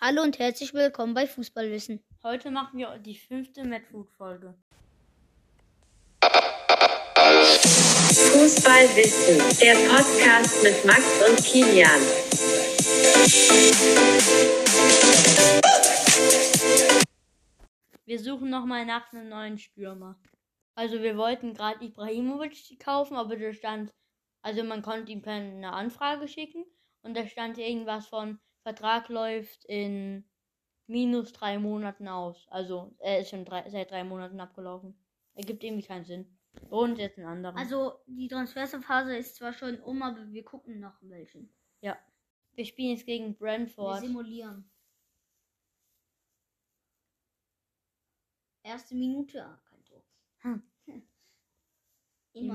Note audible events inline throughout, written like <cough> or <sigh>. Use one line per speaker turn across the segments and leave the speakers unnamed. Hallo und herzlich willkommen bei Fußballwissen.
Heute machen wir die fünfte Madfood-Folge.
Fußballwissen, der Podcast mit Max und Kilian.
Wir suchen nochmal nach einem neuen Stürmer. Also wir wollten gerade Ibrahimovic kaufen, aber da stand, also man konnte ihm eine Anfrage schicken und da stand irgendwas von Vertrag läuft in minus drei Monaten aus. Also er ist schon drei, seit drei Monaten abgelaufen. Ergibt irgendwie keinen Sinn. Und jetzt einen anderen.
Also die Transferphase ist zwar schon um, aber wir gucken noch welchen.
wir spielen jetzt gegen
Wir
Brentford.
simulieren. Erste Minute, ah, kein Tor. <laughs>
Hm.
Immer,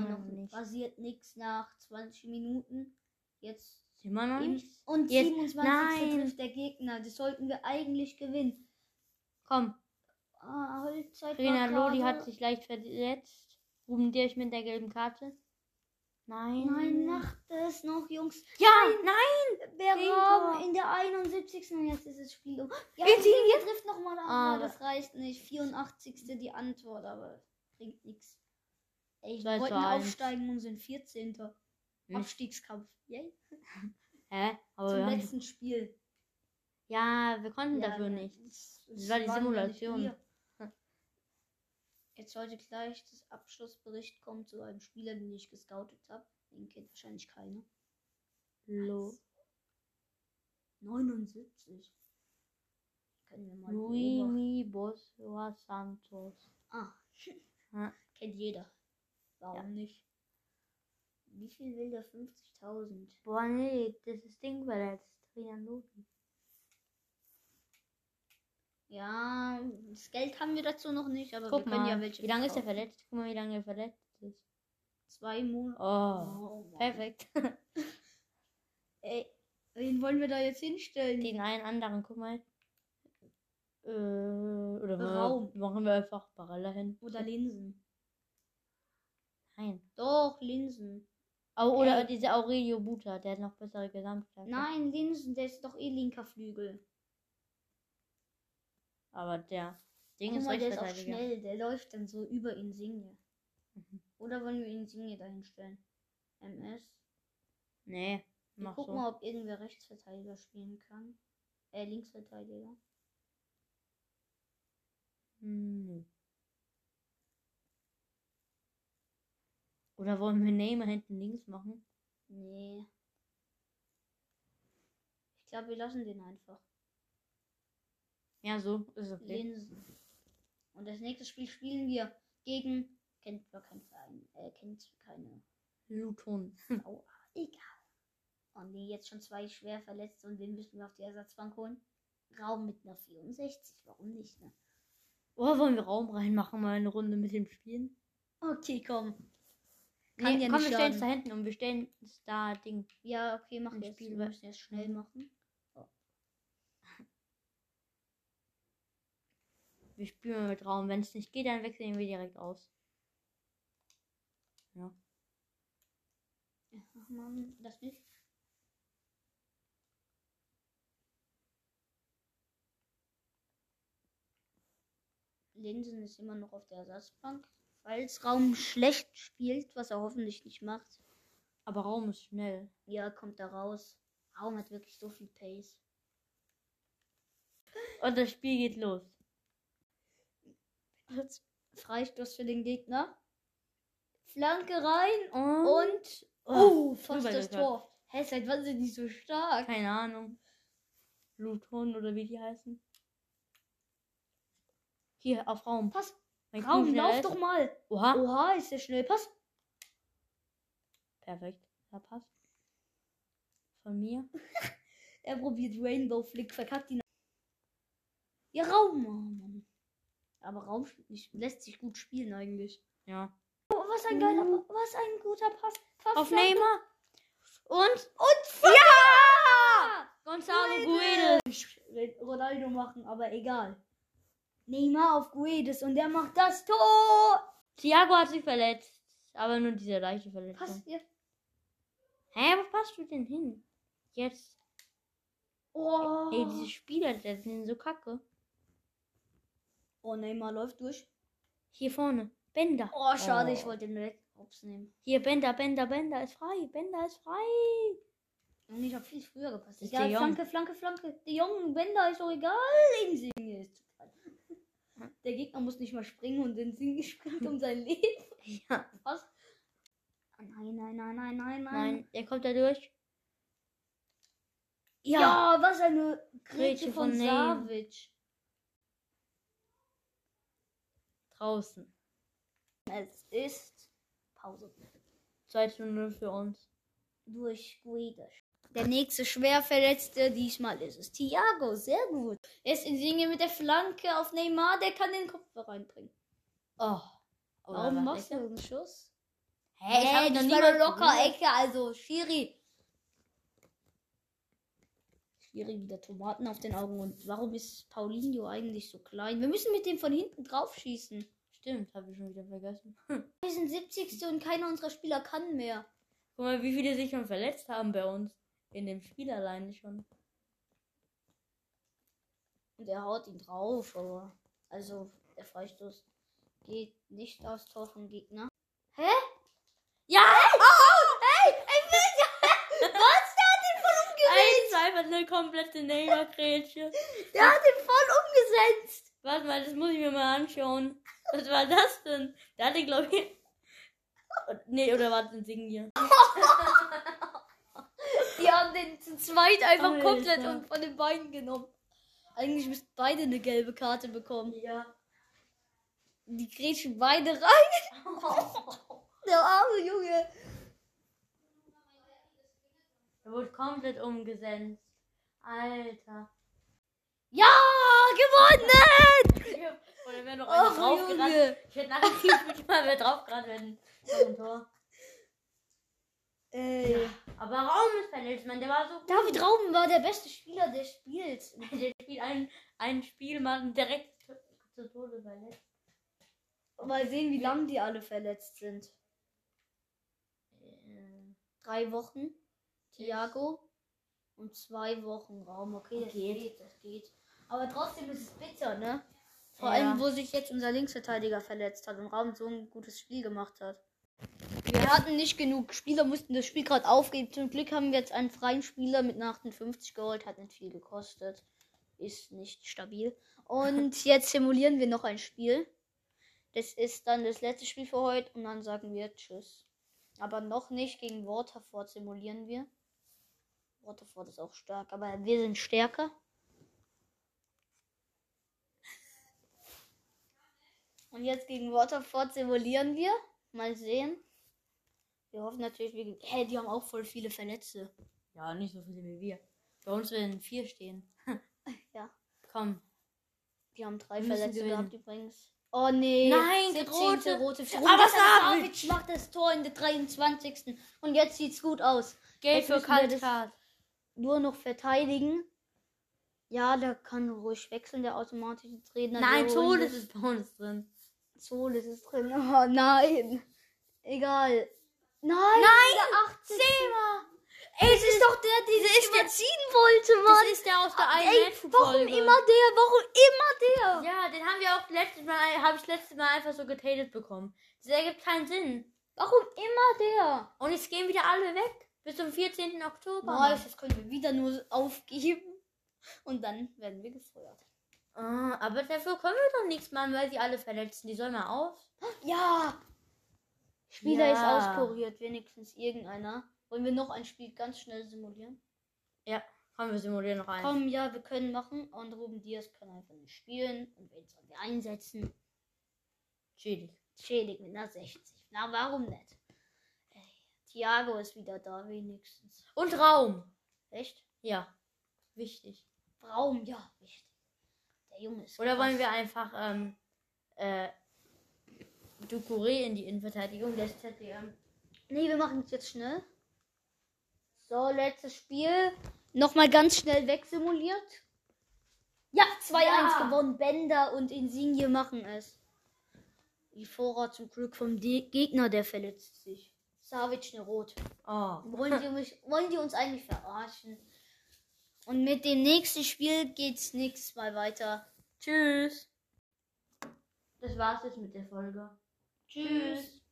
Immer
noch
noch
nicht.
nicht.
Passiert nichts nach 20 Minuten. Jetzt
Immer noch nicht?
und
Jetzt-
27.
nein.
trifft der Gegner. Das sollten wir eigentlich gewinnen.
Komm,
Ah, Halbzeit.
Rena
war
Lodi
gerade.
hat sich leicht verletzt. Ruben Dirch mit der gelben Karte. Nein.
Nein, macht es noch, Jungs.
Ja, nein.
Wir
Gegentor.
haben in der 71. und jetzt ist das Spiel um. Ja,
Wir
die
ziehen
Hilfe trifft nochmal an.
Ah,
aber das reicht nicht. 84. die Antwort, aber bringt nichts. Ey, wir
Zwei zu
wollten
eins.
aufsteigen und sind 14.
Hm. Oh
Abstiegskampf. Yay.
Hä? Aber
Zum
wir haben-
letzten Spiel.
ja, wir konnten Hm, dafür
ne,
nicht.
Das,
Das war die
waren ja nicht
Simulation.
wir.
<laughs> Hm.
Jetzt sollte gleich das Abschlussbericht kommen zu einem Spieler, den ich gescoutet habe. Den kennt wahrscheinlich keiner.
Lo
79. Können wir mal beobachten.
Luimi Bosua Santos.
Ah,
Ja.
<laughs> kennt jeder. Warum nicht? Wie viel will der? 50.000.
Boah, nee, das ist Ding verletzt. Rian Lodi.
Ja, das Geld haben wir dazu noch nicht, aber
Guck
wir können
mal,
ja welche.
wie lange ist er
verkaufen.
verletzt? Guck mal, wie lange er verletzt ist.
Zwei Monate.
Oh,
Mann.
perfekt. <laughs>
Ey, wen wollen wir da jetzt hinstellen?
Den einen anderen, guck mal. Äh, oder
Raum.
Wir, machen wir einfach Barella hin.
Oder Linsen.
Nein.
Doch, Linsen.
Oh, oder
Ey.
dieser Aurelio Buta, der hat noch bessere Gesamtstärke.
Nein, Linsen, der ist doch eh linker Flügel.
Aber der Ding
Guck
ist
mal, der ist auch
Rechtsverteidiger.
schnell, der läuft dann so über Insigne.
Mhm.
Oder wollen wir Insigne dahin stellen? MS.
Nee,
Wir
mach
gucken
so.
mal, ob irgendwer Rechtsverteidiger spielen kann. Äh, Linksverteidiger.
Hm, nö. Oder wollen wir Neymar hinten links machen?
Nee. Ich glaube, wir lassen den einfach.
Ja, so ist okay.
Linsen. Und das nächste Spiel spielen wir gegen. Kennt man keinen Verein. Äh, kennt keine.
Luton.
Aua, egal. Und die jetzt schon zwei schwer verletzt und den müssen wir auf die Ersatzbank holen. Raum mit einer 64. Warum nicht, ne?
Oder Oh, wollen wir Raum reinmachen, mal eine Runde mit dem Spielen?
Okay, komm.
Nee,
Kann ja
komm,
nicht
wir stellen es
schaden.
da hinten und wir stellen es da Ding.
Ja, okay, mach
Ein
jetzt.
Spiel, ne? Mhm.
wir
wa-
müssen jetzt schnell machen.
Wir spielen mal mit Raum. Wenn es nicht geht, dann wechseln wir direkt aus.
Ach Mann, das nicht. Linsen ist immer noch auf der Ersatzbank. Falls Raum schlecht spielt, was er hoffentlich nicht macht,
Aber Raum ist schnell.
ja, kommt er raus. Raum hat wirklich so viel Pace.
Und das Spiel geht los.
Freistoß für den Gegner. Flanke rein
Und.
und. Oh, fast
drüber
das
geklappt.
Tor. Hä, seit wann sind die so stark?
Keine Ahnung. Luton oder wie die heißen. Hier, auf Raum.
Pass,
Mein
Raum,
Kuchen,
lauf
der
doch
ist- Ah.
mal.
Oha.
Oha, ist der schnell. Pass.
Perfekt. Der Pass. Von mir.
Er probiert Rainbow Flick, verkackt ihn. Ja, Raum. Oh, Mann. Aber Raum spielt nicht, lässt sich gut spielen eigentlich.
Ja.
Oh, was ein geiler, Pa- was ein guter Pass. Pass
Auf
Flanke.
Neymar. Und.
Und ja!
Gonzalo Guedes.
Ich will Ronaldo machen, aber egal. Neymar auf Guedes und der macht das Tor.
Thiago hat sich verletzt. Aber nur diese leichte Verletzung.
Pass hier.
Hä, wo passt du denn hin? Jetzt.
Oh.
Ey, diese Spieler, das sind so kacke.
oh, Neymar läuft durch.
Hier vorne. Bender.
Oh, schade,
Oh.
ich wollte den weg. Hops nehmen.
Hier, Bender, Bender, Bender ist frei. Bender ist frei. <laughs>
Und ich habe viel früher gepasst.
Ist
Egal,
De Jong.
Flanke, Flanke, Flanke. Die jungen Bänder ist doch egal. Insigne ist total. <laughs> Der Gegner muss nicht mal springen und Insigne springt um sein Leben. <laughs>
Ja.
Was? Ah, Nein, nein, nein, nein, nein, nein.
Nein, der kommt da durch.
Ja,
Ja.
was eine
Grätsche
Grätsche von,
von Neymar.
Savic.
Draußen.
Es ist Pause.
2 zu 0 für uns.
durch Guedes. Der nächste Schwerverletzte, diesmal ist es Thiago, sehr gut. Er ist in Singe mit der Flanke auf Neymar, der kann den Kopf reinbringen.
Oh.
Warum machst du diesen Schuss?
Hä, ich hab noch
das
nie
war
mal
doch locker
probiert.
Ecke, also Schiri. Schiri wieder Tomaten auf den Augen und warum ist Paulinho eigentlich so klein? Wir müssen mit dem von hinten drauf schießen.
Stimmt, habe ich schon wieder vergessen.
Wir sind 70. und keiner unserer Spieler kann mehr.
Guck mal, wie viele sich schon verletzt haben bei uns. In dem Spiel alleine schon.
Und er haut ihn drauf, aber. Also, der Freistoß geht nicht aufs Tor vom Gegner. Hä?
Ja!
Hey, oh, hey, ey, <laughs> Mensch! Was? Der hat ihn voll umgesetzt!
1 einfach eine komplette Neymar-Grätsche.
Der hat ihn voll umgesetzt!
Warte mal, das muss ich mir mal anschauen. Was war das denn? Da hatte, glaube ich. Nee, oder war das ein Signier?
Die haben den zu zweit einfach
Alter.
komplett und von den Beinen genommen. Eigentlich müssten beide eine gelbe Karte bekommen.
Ja.
Die grätschen beide rein. Der arme Junge.
Er wurde komplett umgesetzt. Alter.
Ja, gewonnen!
Ich hab, oder wäre noch einer
Ach,
draufgerannt.
Junge.
Ich hätte nachgekriegt, mal wer draufgerannt werden. So ein Tor.
Ey.
Aber Raum ist verletzt, man. Der war so gut.
David Rauben war der beste Spieler des Spiels.
<laughs> Der spielt ein, ein Spiel, man direkt zu- zu Tode verletzt.
Mal sehen, wie lang die alle verletzt sind.
Äh,
Drei Wochen, Thiago. Und zwei Wochen Raum. Okay, das geht. das geht. Aber trotzdem ist es bitter, ne? Vor
Ja.
allem, wo sich jetzt unser Linksverteidiger verletzt hat und Raum so ein gutes Spiel gemacht hat. Wir hatten nicht genug Spieler, mussten das Spiel gerade aufgeben. Zum Glück haben wir jetzt einen freien Spieler mit einer 58 geholt. Hat nicht viel gekostet. Ist nicht stabil. Und jetzt simulieren wir noch ein Spiel. Das ist dann das letzte Spiel für heute und dann sagen wir Tschüss. Aber noch nicht gegen Waterford simulieren wir. Waterford ist auch stark, aber wir sind stärker. Und jetzt gegen Waterford simulieren wir. Mal sehen. Wir hoffen natürlich, wir. Hey, die haben auch voll viele Verletzte. <laughs>
Ja, nicht so viele wie wir. Bei uns werden vier stehen.
Ja.
Komm.
Die haben drei
Wir müssen
Verletzte
gewinnen.
gehabt übrigens. Oh nee.
Nein,
17.
rote.
rote.
Aber
Aber
Savic.
Savic macht das Tor in der 23. Und jetzt sieht's gut aus.
Geld
Jetzt
für
müssen wir das-
Kaltcard.
Nur noch verteidigen. Ja, da kann ruhig wechseln, der automatische Trainer.
Nein,
Wir
Tod
holen
ist es bei uns drin.
Solis ist drin. <laughs> Oh nein. Egal. Nein.
Nein,
Zehmer. Ey, es ist doch der, den ich überziehen wollte, Mann.
Das ist der aus der einen
Ah, Ey, warum
Match-Folge.
immer der? Warum immer der?
Ja, den haben wir auch letztes Mal, habe ich letztes Mal einfach so getatet bekommen. Das ergibt keinen Sinn.
Warum immer der?
Und jetzt gehen wieder alle weg. Bis zum 14. Oktober.
Nice, jetzt können wir wieder nur aufgeben. Und dann werden wir gefeuert.
Ah, aber dafür können wir doch nichts machen, weil sie alle verletzen. Die sollen mal auf.
Ja. Spieler
Ja.
ist auskuriert, wenigstens irgendeiner. Wollen wir noch ein Spiel ganz schnell simulieren?
Komm, wir simulieren noch einen.
Komm, ja, wir können machen. Und Ruben Diaz kann einfach nicht spielen. Und wen sollen wir einsetzen?
Chili.
schädigt mit einer 60. Na, warum nicht? Ey, Thiago ist wieder da, wenigstens.
Und Raum.
Echt?
Ja. Wichtig.
Braum, ja, wichtig. Der Junge ist.
Oder
krass.
wollen wir einfach ähm, äh, Ducouré in die Innenverteidigung des ZDM?
Nee, wir machen es jetzt schnell. So, letztes Spiel. Nochmal ganz schnell wegsimuliert. Ja, 2-1
Ja.
gewonnen. Bender und Insigne machen es. Ifora zum Glück vom De Gegner, der verletzt sich. Savic eine rote.
Oh.
Wollen die, mich, wollen die uns eigentlich verarschen? Und mit dem nächsten Spiel geht's nix mal weiter.
Tschüss. Das war's jetzt mit der Folge. Tschüss.